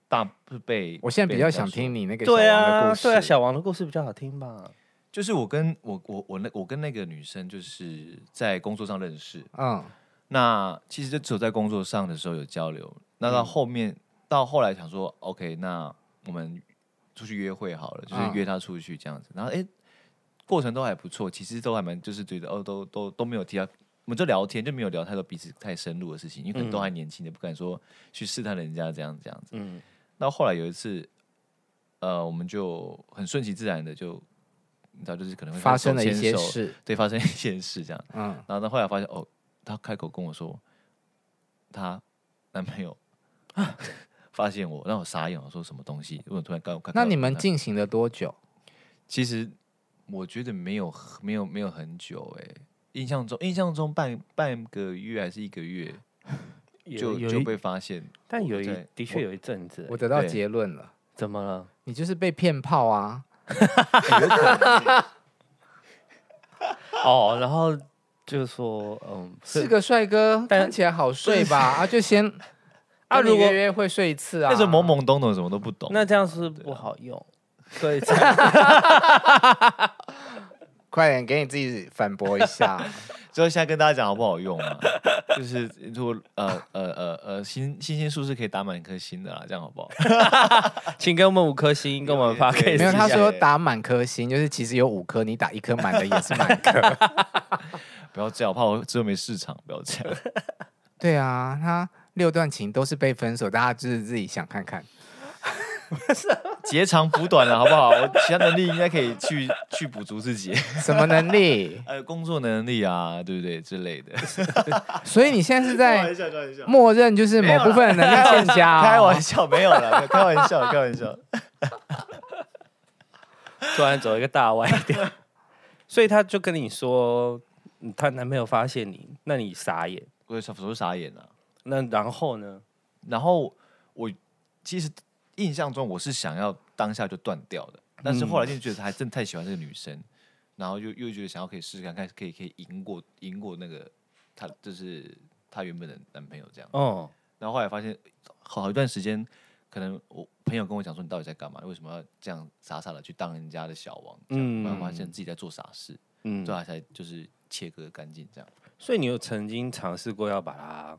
S2: 大是被
S3: 我现在比较想，
S2: 被人家
S3: 听
S2: 说
S3: 你那个小王
S5: 对
S3: 的
S5: 啊，
S3: 故事。
S5: 对啊，小王的故事比较好听吧？
S2: 就是我跟我我我那我跟那个女生就是在工作上认识，
S3: 嗯，
S2: 那其实就只有在工作上的时候有交流。那
S3: 嗯
S2: 到后面、到后来想说，OK，那我们出去约会好了，就是
S3: 嗯
S2: 约她出去这样子。然后哎、诶过程都还不错，其实都还蛮就是觉得哦，都都都没有提到，我们就聊天就没有聊太多彼此太深入的事情，因为可
S3: 嗯
S2: 能都还年轻的，不敢说去试探人家这样这样子。
S5: 嗯，
S2: 到后来有一次，呃，我们就很顺其自然的就。你知道，就是可能会
S3: 发生了一些
S2: 手牵手，
S3: 事，
S2: 对，发生一些事这样。
S3: 嗯，
S2: 然后到后来发现，哦，她开口跟我说，她男朋友 发现我，让我傻眼，我说什么东西？我突然刚，刚
S3: 那你们
S2: 进，
S3: 进行了多久？
S2: 其实我觉得没有很没有没有很久哎、印象中印象中半半个月还是一个月就
S5: 有
S2: 就
S5: 一
S2: 被发现，
S5: 但有一
S2: 对
S5: 的确有一阵子欸，
S3: 我得到
S2: 对
S3: 结论了，
S5: 怎么了？
S3: 你就是被骗炮啊！
S2: 有可能
S5: 哦，然后就说，嗯，
S3: 是个帅哥，
S5: 但
S3: 看起来好睡 吧？啊，就先
S5: 啊
S3: 跟你
S5: 如果
S3: 约约会睡一次啊，
S2: 那时候懵懵懂懂，什么都不懂。
S5: 那这样是不是不好 用，所以才
S3: 快点给你自己反驳一 下。
S2: 之后现在跟大家讲好不好用 啊？就是如果呃呃呃呃星星星数是可以打满一颗星的啦，这样好不好？
S5: 请给我们五颗星，跟我们发 K。
S2: 对
S3: 没有，
S2: 是
S3: 他
S2: 这
S3: 说
S2: 样
S3: 打满颗星，就是其实有五颗，你打一颗满的也是满颗。
S2: 不要这样，我怕我之后没市场，不要这样。
S3: 对啊，他六段情都是被分手，大家就是自己想 看看。
S2: 截长补短了，好不好？我其他能力应该可以去去补足自 己，？
S3: 什么能力
S2: 呃，工作能力啊，对不对之类的。
S3: 所以你现在是在
S2: 笑， 开玩笑
S3: 默认就是某部分的能力欠佳、
S2: 开玩笑，没有了，开玩笑，开玩笑。
S5: 突然走一个大歪掉， 所以他就跟你说，嗯她男朋友发现你，那你傻眼，
S2: 我有时候傻眼了、
S5: 那然后呢？
S2: 然后我其实印象中我是想要当下就断掉的，但是后来就觉得还真的太喜欢这个女生，然后又又觉得想要可以试试看，看可以可以赢过赢过那个她，就是她原本的男朋友这样。
S5: 哦，
S2: 然后后来发现好一段时间，可能我朋友跟我讲说你到底在干嘛？为什么要这样傻傻的去当人家的小王？这样，
S5: 嗯
S2: 后来发现自己在做傻事，
S5: 嗯，
S2: 对啊，才就是切割干净这样。
S5: 所以你有曾经尝试过要把它，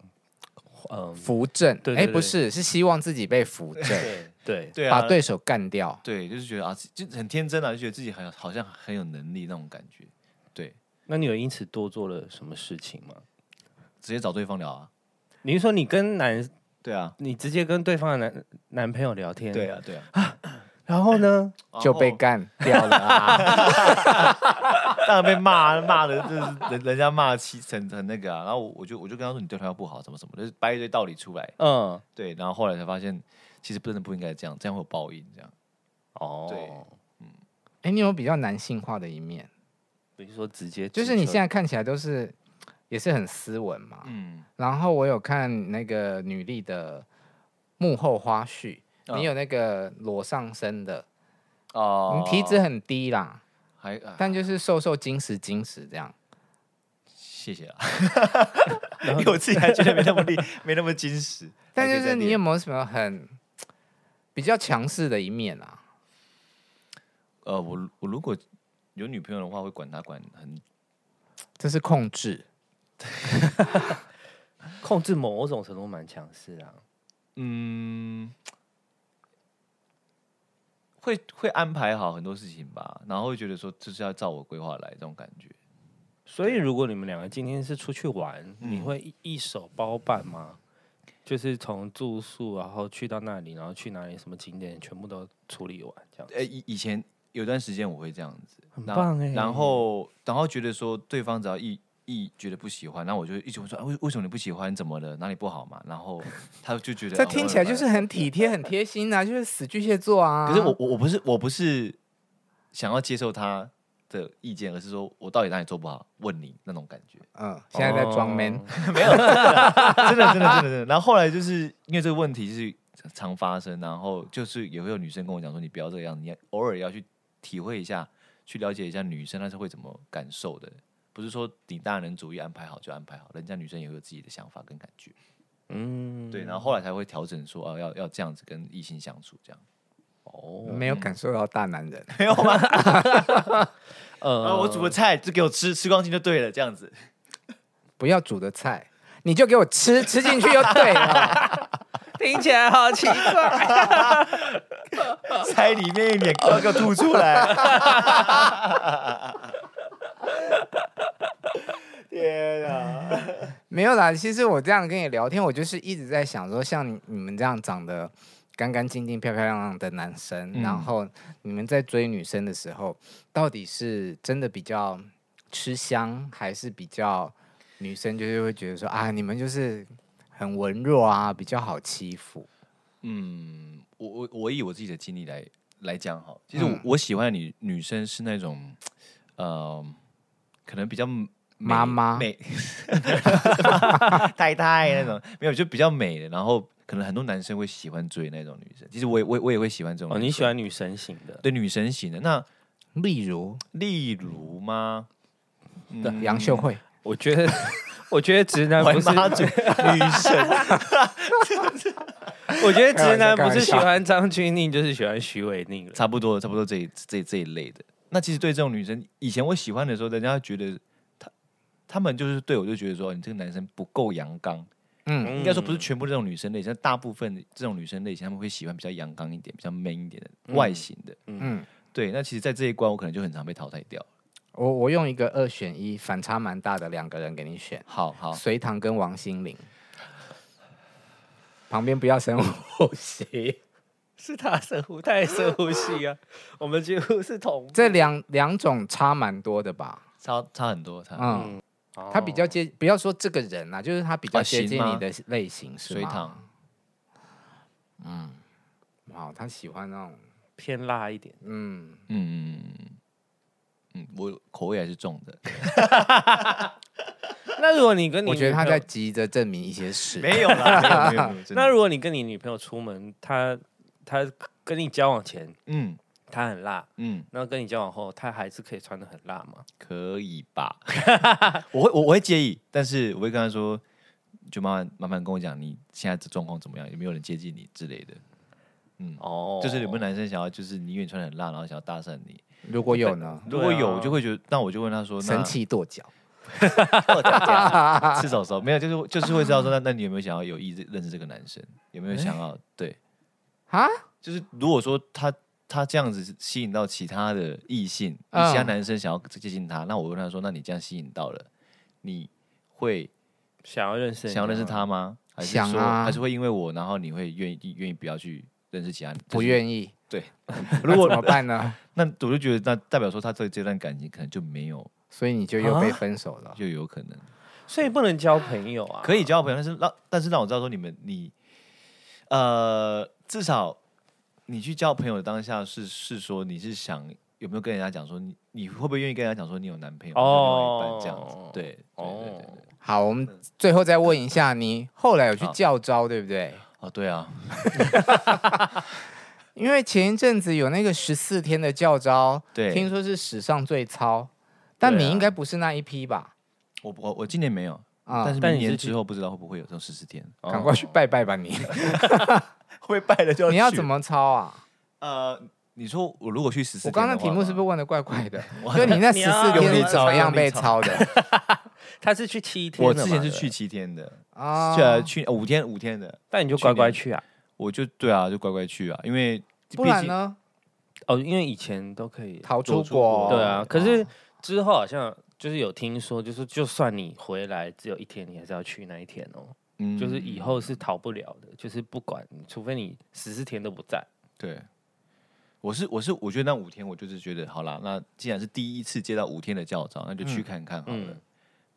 S5: 嗯，
S3: 扶正，
S5: 对对
S3: 哎，
S5: 对
S3: 不是，是希望自己被扶正，
S2: 对
S5: 对，
S2: 对啊
S3: 把，对手干掉。
S2: 对，就是觉得啊，自就很天真啊，就觉得自己很有好像很有能力那种感觉。对，
S5: 那你有因此多做了什么事情吗？
S2: 直接找对方聊啊。
S5: 你是说你跟男，
S2: 对啊，
S5: 你直接跟对方的男男朋友聊天，
S2: 对，啊，对啊，
S5: 然后呢？
S2: 然
S3: 就被
S2: 后
S3: 干掉了、啊，
S2: 当然被骂骂的，就是人人家骂七成很那个啊。然后我我就我就跟他说你对他不好，什么什么，就是掰一堆道理出来。
S5: 嗯，
S2: 对，然后后来才发现，其实真的不应该这样，这样会有报应。这样
S5: 哦，
S3: 哎，你有比较男性化的一面，
S5: 比如说直接
S3: 就
S5: 直
S3: 是你
S5: 球
S3: 现在看起来都是也是很斯文嘛。
S2: 嗯，
S3: 然后我有看那个女力的幕后花絮，
S2: 嗯
S3: 你有那个裸上身的，
S2: 哦
S3: 你体脂很低啦，
S2: 还，啊
S3: 但就是瘦瘦精实精实这样。
S2: 谢谢 啊，因为我自己还觉得没那么厉， 没那么矜持。
S3: 但
S2: 还可以
S3: 就
S2: 再
S3: 是你
S2: 练
S3: 有没有什么很比较强势的一面啊？
S2: 呃，我如我如果有女朋友的话，会管她管很
S3: 这是控制，
S5: 控制某种程度蛮强势啊。
S2: 嗯，会会安排好很多事情吧，然后会觉得说这是要照我规划来这种感觉。
S5: 所以如果你们两个今天是出去玩，
S2: 嗯
S5: 你会一一手包办吗？就是从住宿，然后去到那里，然后去哪里，什么景点，全部都处理完，这样
S2: 呃，以以前有段时间我会这样子，
S5: 很
S2: 然
S5: 棒
S3: 欸
S5: 哎。
S2: 然后然后觉得说对方只要一一觉得不喜欢，然后我就一直会说，啊为、为什么你不喜欢？怎么了？哪里不好嘛？然 后他就觉得
S3: 这
S2: 啊
S3: 听
S2: 我
S3: 起来就是很体贴、很贴心啊，就是死巨蟹座啊。
S2: 可是我我我不是我不是想要接受他的意见，而是说我到底哪里做不好，问你那种感觉。
S3: 嗯，现在在装
S5: 哦
S3: man，
S2: 真的真的真的真的。然后后来就是因为这个问题是常发生，然后就是也会有女生跟我讲说，你不要这个样子，你要偶尔要去体会一下，去了解一下女生她是会怎么感受的。不是说你大人主义安排好就安排好，人家女生也会有自己的想法跟感觉。
S5: 嗯
S2: 对，然后后来才会调整说，哦、要要这样子跟异性相处，这样。
S5: 哦，
S3: 没有感受到大男人。
S2: 没有吗？
S5: 呃
S2: 啊，我煮的菜就给我吃，吃光净就对了，这样子。
S3: 不要煮的菜，你就给我吃， 吃进去就对了。
S5: 听起来好奇怪。
S2: 塞里面一点，给我吐出来。 天啊！
S3: 没有啦，其实我这样跟你聊天，我就是一直在想说，像你你们这样长得干干净净、漂漂亮亮的男生，
S2: 嗯
S3: 然后你们在追女生的时候，到底是真的比较吃香，还是比较女生就是会觉得说啊，你们就是很文弱啊，比较好欺负。
S2: 嗯，我我我以我自己的经历来来讲哈，其实我,、
S3: 嗯
S2: 我喜欢的女女生是那种，呃，可能比较美
S3: 妈妈
S2: 美 太太那种，没有就比较美的，然后可能很多男生会喜欢追那种女生。其实我也我也我也会喜欢这种
S5: 哦，
S2: 女
S5: 你喜
S2: 生
S5: 欢女神型的，
S2: 对女神型的？那
S3: 例如
S2: 例如吗？嗯
S3: 杨秀慧，
S5: 我觉得，我觉得直男
S2: 我
S5: 哎不是，
S2: 妈祖女神，
S5: 我觉得直男
S3: 开玩笑
S5: 不是喜
S3: 开
S5: 欢张钧甯，就是喜欢徐伟宁了。
S2: 差不多差不多这一这这一类的。那其实对这种女生，以前我喜欢的时候，人家觉得她他们就是对我就觉得说，你这个男生不够阳刚。
S3: 嗯，
S2: 应该说不是全部这种女生类型，但大部分这种女生类型，她们会喜欢比较阳刚一点、比较 man 一点的
S5: 嗯
S2: 外形的。
S3: 嗯，
S2: 对，那其实，在这一关，我可能就很常被淘汰掉。
S3: 我我用一个二选一，反差蛮大的两个人给你选。
S2: 好好，
S3: 隋唐跟王心凌。旁边不要深 呼吸。
S5: 是他深呼，他也深呼吸啊。我们几乎是同步
S3: 这两两种差蛮多的吧？
S2: 差差很多，差很多
S3: 嗯，他比较接，不要说这个人啊，就是他比较
S2: 啊
S3: 接
S2: 行
S3: 近
S2: 吗
S3: 你的类型，是
S2: 隋
S3: 吗
S2: 唐。
S3: 哦，他喜欢那种，
S5: 偏辣一点。
S3: 嗯，
S2: 嗯嗯嗯嗯，我口味还是重的。
S5: 那如果你跟你
S3: 我觉得
S5: 女
S3: 他
S5: 朋友
S3: 在急着证明一些事。
S2: 没有 啦，没有没有没有。真的
S5: 那如果你跟你女朋友出门，她她跟你交往前
S2: 嗯
S5: 她很辣，
S2: 嗯，
S5: 然后跟你交往后她还是可以穿的很辣吗？
S2: 可以吧？ 我会我我会介意，但是我会跟他说，就麻烦麻烦跟我讲你现在的状况怎么样，有没有人接近你之类的。
S5: 哦
S2: 嗯就是有没有男生想要，就是你因为你穿的很辣，然后想要搭讪你？
S3: 如果有呢？
S2: 如果有，
S5: 对啊
S2: 我就会觉得，那我就问他说，那
S3: 神奇跺脚。
S2: 吃早熟没有？就是就是会知道说，那那你有没有想要有意认识这个男生？有没有想要？对，
S3: 啊，
S2: 就是如果说他他这样子吸引到其他的异性，
S3: 嗯
S2: 其他男生想要接近他，那我问他说：“那你这样吸引到了，你会
S5: 想要认识人
S2: 想
S5: 家吗，
S2: 要认识他吗？还是
S3: 想
S2: 说、
S3: 啊
S2: 还是会因为我，然后你会愿意愿意不要去认识其他？
S3: 不
S2: 意。
S3: 愿意。
S2: 对，
S3: 如果怎么办呢？
S2: 那我就觉得，那代表说他对这段感情可能就没有，
S3: 所以你就又被
S5: 啊
S3: 分手了。
S2: 就有可能
S5: 所以不能交朋友啊。
S2: 可以交朋友，但是让但是让我知道说你们你呃至少你去交朋友的当下是是说你是想有没有跟人家讲说你你会不会愿意跟人家讲说你有男朋友
S5: 哦
S2: 哦另外一半这样子？对对对对
S5: 哦
S2: 对，
S3: 好，我们最后再问一下，你后来有去教招对不对？
S2: 哦对啊，
S3: 因为前一阵子有那个十四天的教招，
S2: 对
S3: 听说是史上最超，但
S5: 对啊
S3: 你应该不是那一批吧？
S2: 我我我今年没有，
S3: 啊、
S2: 但是
S5: 但
S2: 明
S5: 你
S2: 年
S5: 是去
S2: 之后不知道会不会有这种十四天，
S5: 哦
S3: 赶快去拜拜吧你！
S2: 会拜了就
S3: 你要
S2: 去
S3: 怎么抄啊？
S2: 呃？你说我如果去十四，
S3: 我刚刚题目是不是问的怪怪的？就你那
S5: 那
S3: 十
S5: 你
S3: 四
S5: 要
S3: 天
S5: 用
S3: 是
S5: 力
S3: 怎
S2: 找
S3: 么样
S2: 用力
S3: 被
S2: 找
S3: 抄的
S5: 他是去七天
S2: 我
S5: 的
S2: 之
S5: 嘛，
S2: 前是
S5: 对
S2: 去七天的，
S3: 啊
S2: 去呃去呃五天五天的，
S5: 但你就
S2: 去
S5: 乖乖
S2: 年
S5: 去啊。
S2: 我就对啊，就乖乖去啊，因为
S3: 不
S2: 毕
S3: 然
S2: 竟
S3: 呢？
S5: 哦，因为以前都可以。
S3: 逃出
S2: 走出
S3: 国？
S2: 国
S5: 对啊，可
S3: 哦
S5: 是之后好像就是有听说，就是就算你回来只有一天，你还是要去那一天哦。
S2: 嗯
S5: 就是以后是逃不了的，就是不管你，除非你十四天都不在。
S2: 对，我是我是我觉得那五天我就是觉得好啦，那既然是第一次接到五天的教招，那就去看看好了。
S5: 嗯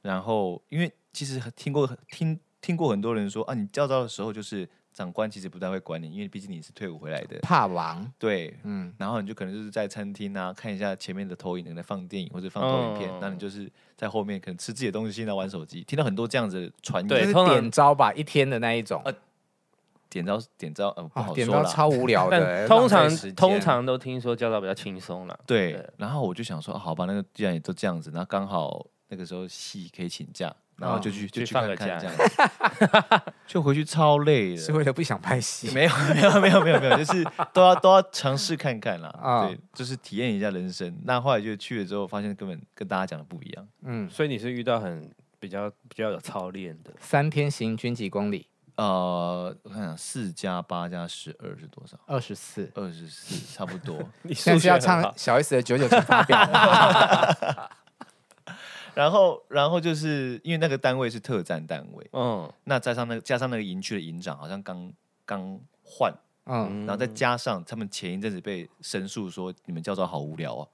S2: 然后因为其实很听过很听听过很多人说啊，你教招的时候就是长官其实不太会管你，因为毕竟你是退伍回来的，
S3: 怕王，
S2: 对。
S3: 嗯，
S2: 然后你就可能就是在餐厅啊看一下前面的投影，可能在放电影或者放投影片，那、你就是在后面可能吃自己的东西，然后玩手机。听到很多这样子的传
S3: 就
S5: 对
S2: 言，
S3: 是
S5: 通常呃
S3: 点招吧，一天的那一种。
S2: 点招点招呃不
S3: 啊，
S2: 好
S3: 点
S2: 说
S3: 招
S2: 啦，
S3: 超无聊的， 欸
S5: 但通
S3: 浪
S5: 常
S3: 费时间
S5: 通常都听说教导比较轻松啦。
S2: 对，
S5: 对
S2: 然后我就想说，啊好吧，那个既然也都这样子，那刚好那个时候戏可以请假，然后就去、就
S5: 去
S2: 去
S5: 放
S2: 看
S5: 个
S2: 看
S5: 假
S2: 这样子， 就回去超累
S3: 是
S2: 的。
S3: 为了不想拍 戏。
S2: 没有 没有没有没有没有，就是都要都要尝试看看啦，
S3: 啊
S2: 对，就是体验一下人生。那后来就去了之后，发现根本跟大家讲的不一样。
S3: 嗯，
S5: 所以你是遇到很比较比较有操练的，
S3: 三天行军几公里？
S2: 呃，我看四加八加十二是多少？
S3: 二十四。
S2: 二十四，差不多。
S5: 你
S3: 现在
S5: 数
S3: 是
S5: 学
S3: 要
S5: 很好
S3: 唱小 S 的《九九乘法表》吗？ 嗯
S2: 然后，然后就是因为那个单位是特战单位，
S5: 嗯
S2: 那加上那个加上那个营区的营长，好像刚刚换，
S3: 嗯，
S5: 嗯
S2: 然后再加上他们前一阵子被申诉说你们教招好无聊哦，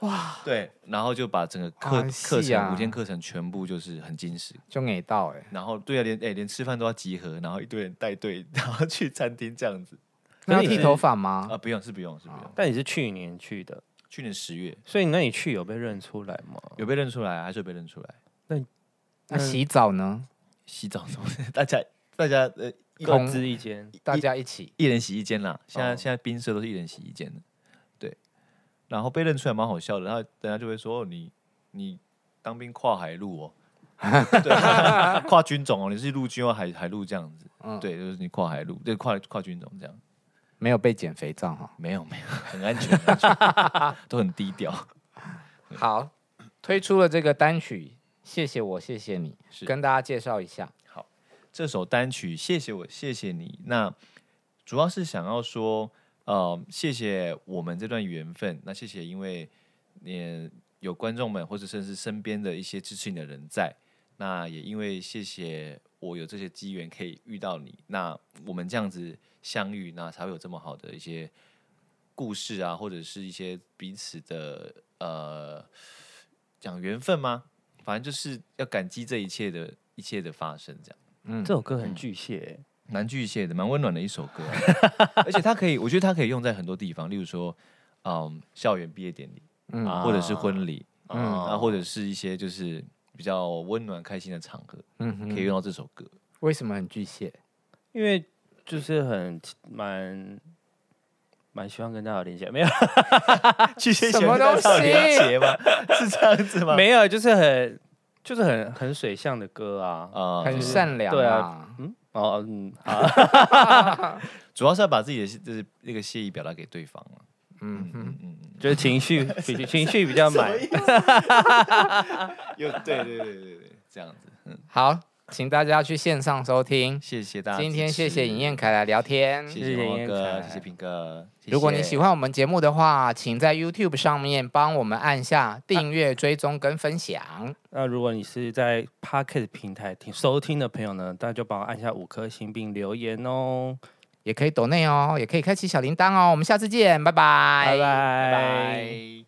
S5: 啊，
S2: 对，然后就把整个课、
S3: 啊
S2: 课
S3: 是啊
S2: 程五天课程全部就是很精实，
S3: 就给到哎、
S2: 然后对啊，连哎、连吃饭都要集合，然后一堆人带队，然后去餐厅这样子
S3: 那要
S5: 可是你呃
S3: 剃
S5: 是
S3: 头发
S2: 啊、
S3: 吗？
S2: 不用是不用是不用，
S5: 但你是去年去的，
S2: 去年十月
S5: 所以那你去有被认出来吗？
S2: 有被认出来，还是有被认出来，
S3: 那洗澡呢？
S2: 洗澡什么的，大家 大家呃一
S5: 各
S3: 同
S5: 自一间，
S3: 大家一起
S2: 一人洗一间啦，现在、
S5: 哦
S2: 现在冰社都是一人洗一间的，对，然后被认出来蛮好笑的，然后等下就会说、哦、你你当兵跨海陆哦，对， 跨军种哦，你是陆军或海海陆这样子，
S3: 嗯
S2: 对，就是你跨海陆，对，跨跨军种这样，
S3: 没有被减肥皂哈。
S2: 没有没有，很安全，很安全都很低调，
S5: 嗯
S3: 好，推出了这个单曲，谢谢我，谢谢你，
S2: 是
S3: 跟大家介绍一下。
S2: 这首单曲《谢谢我谢谢你》，那主要是想要说，呃，谢谢我们这段缘分，那谢谢因为你有观众们，或者甚至身边的一些支持你的人在，那也因为谢谢我有这些机缘可以遇到你，那我们这样子相遇，那才会有这么好的一些故事啊，或者是一些彼此的呃讲缘分吗？反正就是要感激这一切的一切的发生，这样
S3: 嗯
S5: 这首歌很巨蟹欸，
S2: 蛮巨蟹的，蛮温暖的一首 歌啊、而且它可以，我觉得它可以用在很多地方，例如说，嗯，校园毕业典礼，
S3: 嗯
S5: 啊
S2: 或者是婚礼，
S5: 嗯，
S2: 啊，或者是一些就是比较温暖开心的场合，
S3: 嗯
S2: 可以
S3: 哼，
S2: 用到这首歌。
S3: 为什么很巨蟹？
S5: 因为就是很蛮蛮希望跟大家有连接，没有
S2: 巨蟹
S3: 什么东西
S2: 连结吗？是 这样子吗？
S5: 没有，就是很就是很很水象的歌啊。
S2: 啊，
S3: 很善良
S5: 对
S3: 啊，
S5: 嗯，哦，嗯，好，
S2: 主要是要把自己的就是那个谢意表达给对方啊。
S3: 嗯哼，
S2: 嗯嗯嗯，
S5: 就是情绪比 情绪比较满，
S2: 又对对对对对，这样子。嗯，
S3: 好，请大家去线上收听。
S2: 谢谢大家。
S3: 今天谢谢尹彦，凯来聊天。
S2: 谢
S5: 谢
S2: 谢
S5: 谢
S2: 王
S5: 尹彦
S2: 哥，
S5: 凯
S2: 谢谢平哥。谢
S3: 如果你喜
S2: 谢
S3: 欢我们节目的话，请在 YouTube 上面帮我们按下订阅、追踪跟分享。
S5: 那如果你是在 Pocket 平台听收听的朋友呢，那就帮我按下五颗星并留言哦。
S3: 也可以抖内哦，也可以开启小铃铛哦。我们下次见，拜拜，
S5: 拜拜
S2: 拜拜。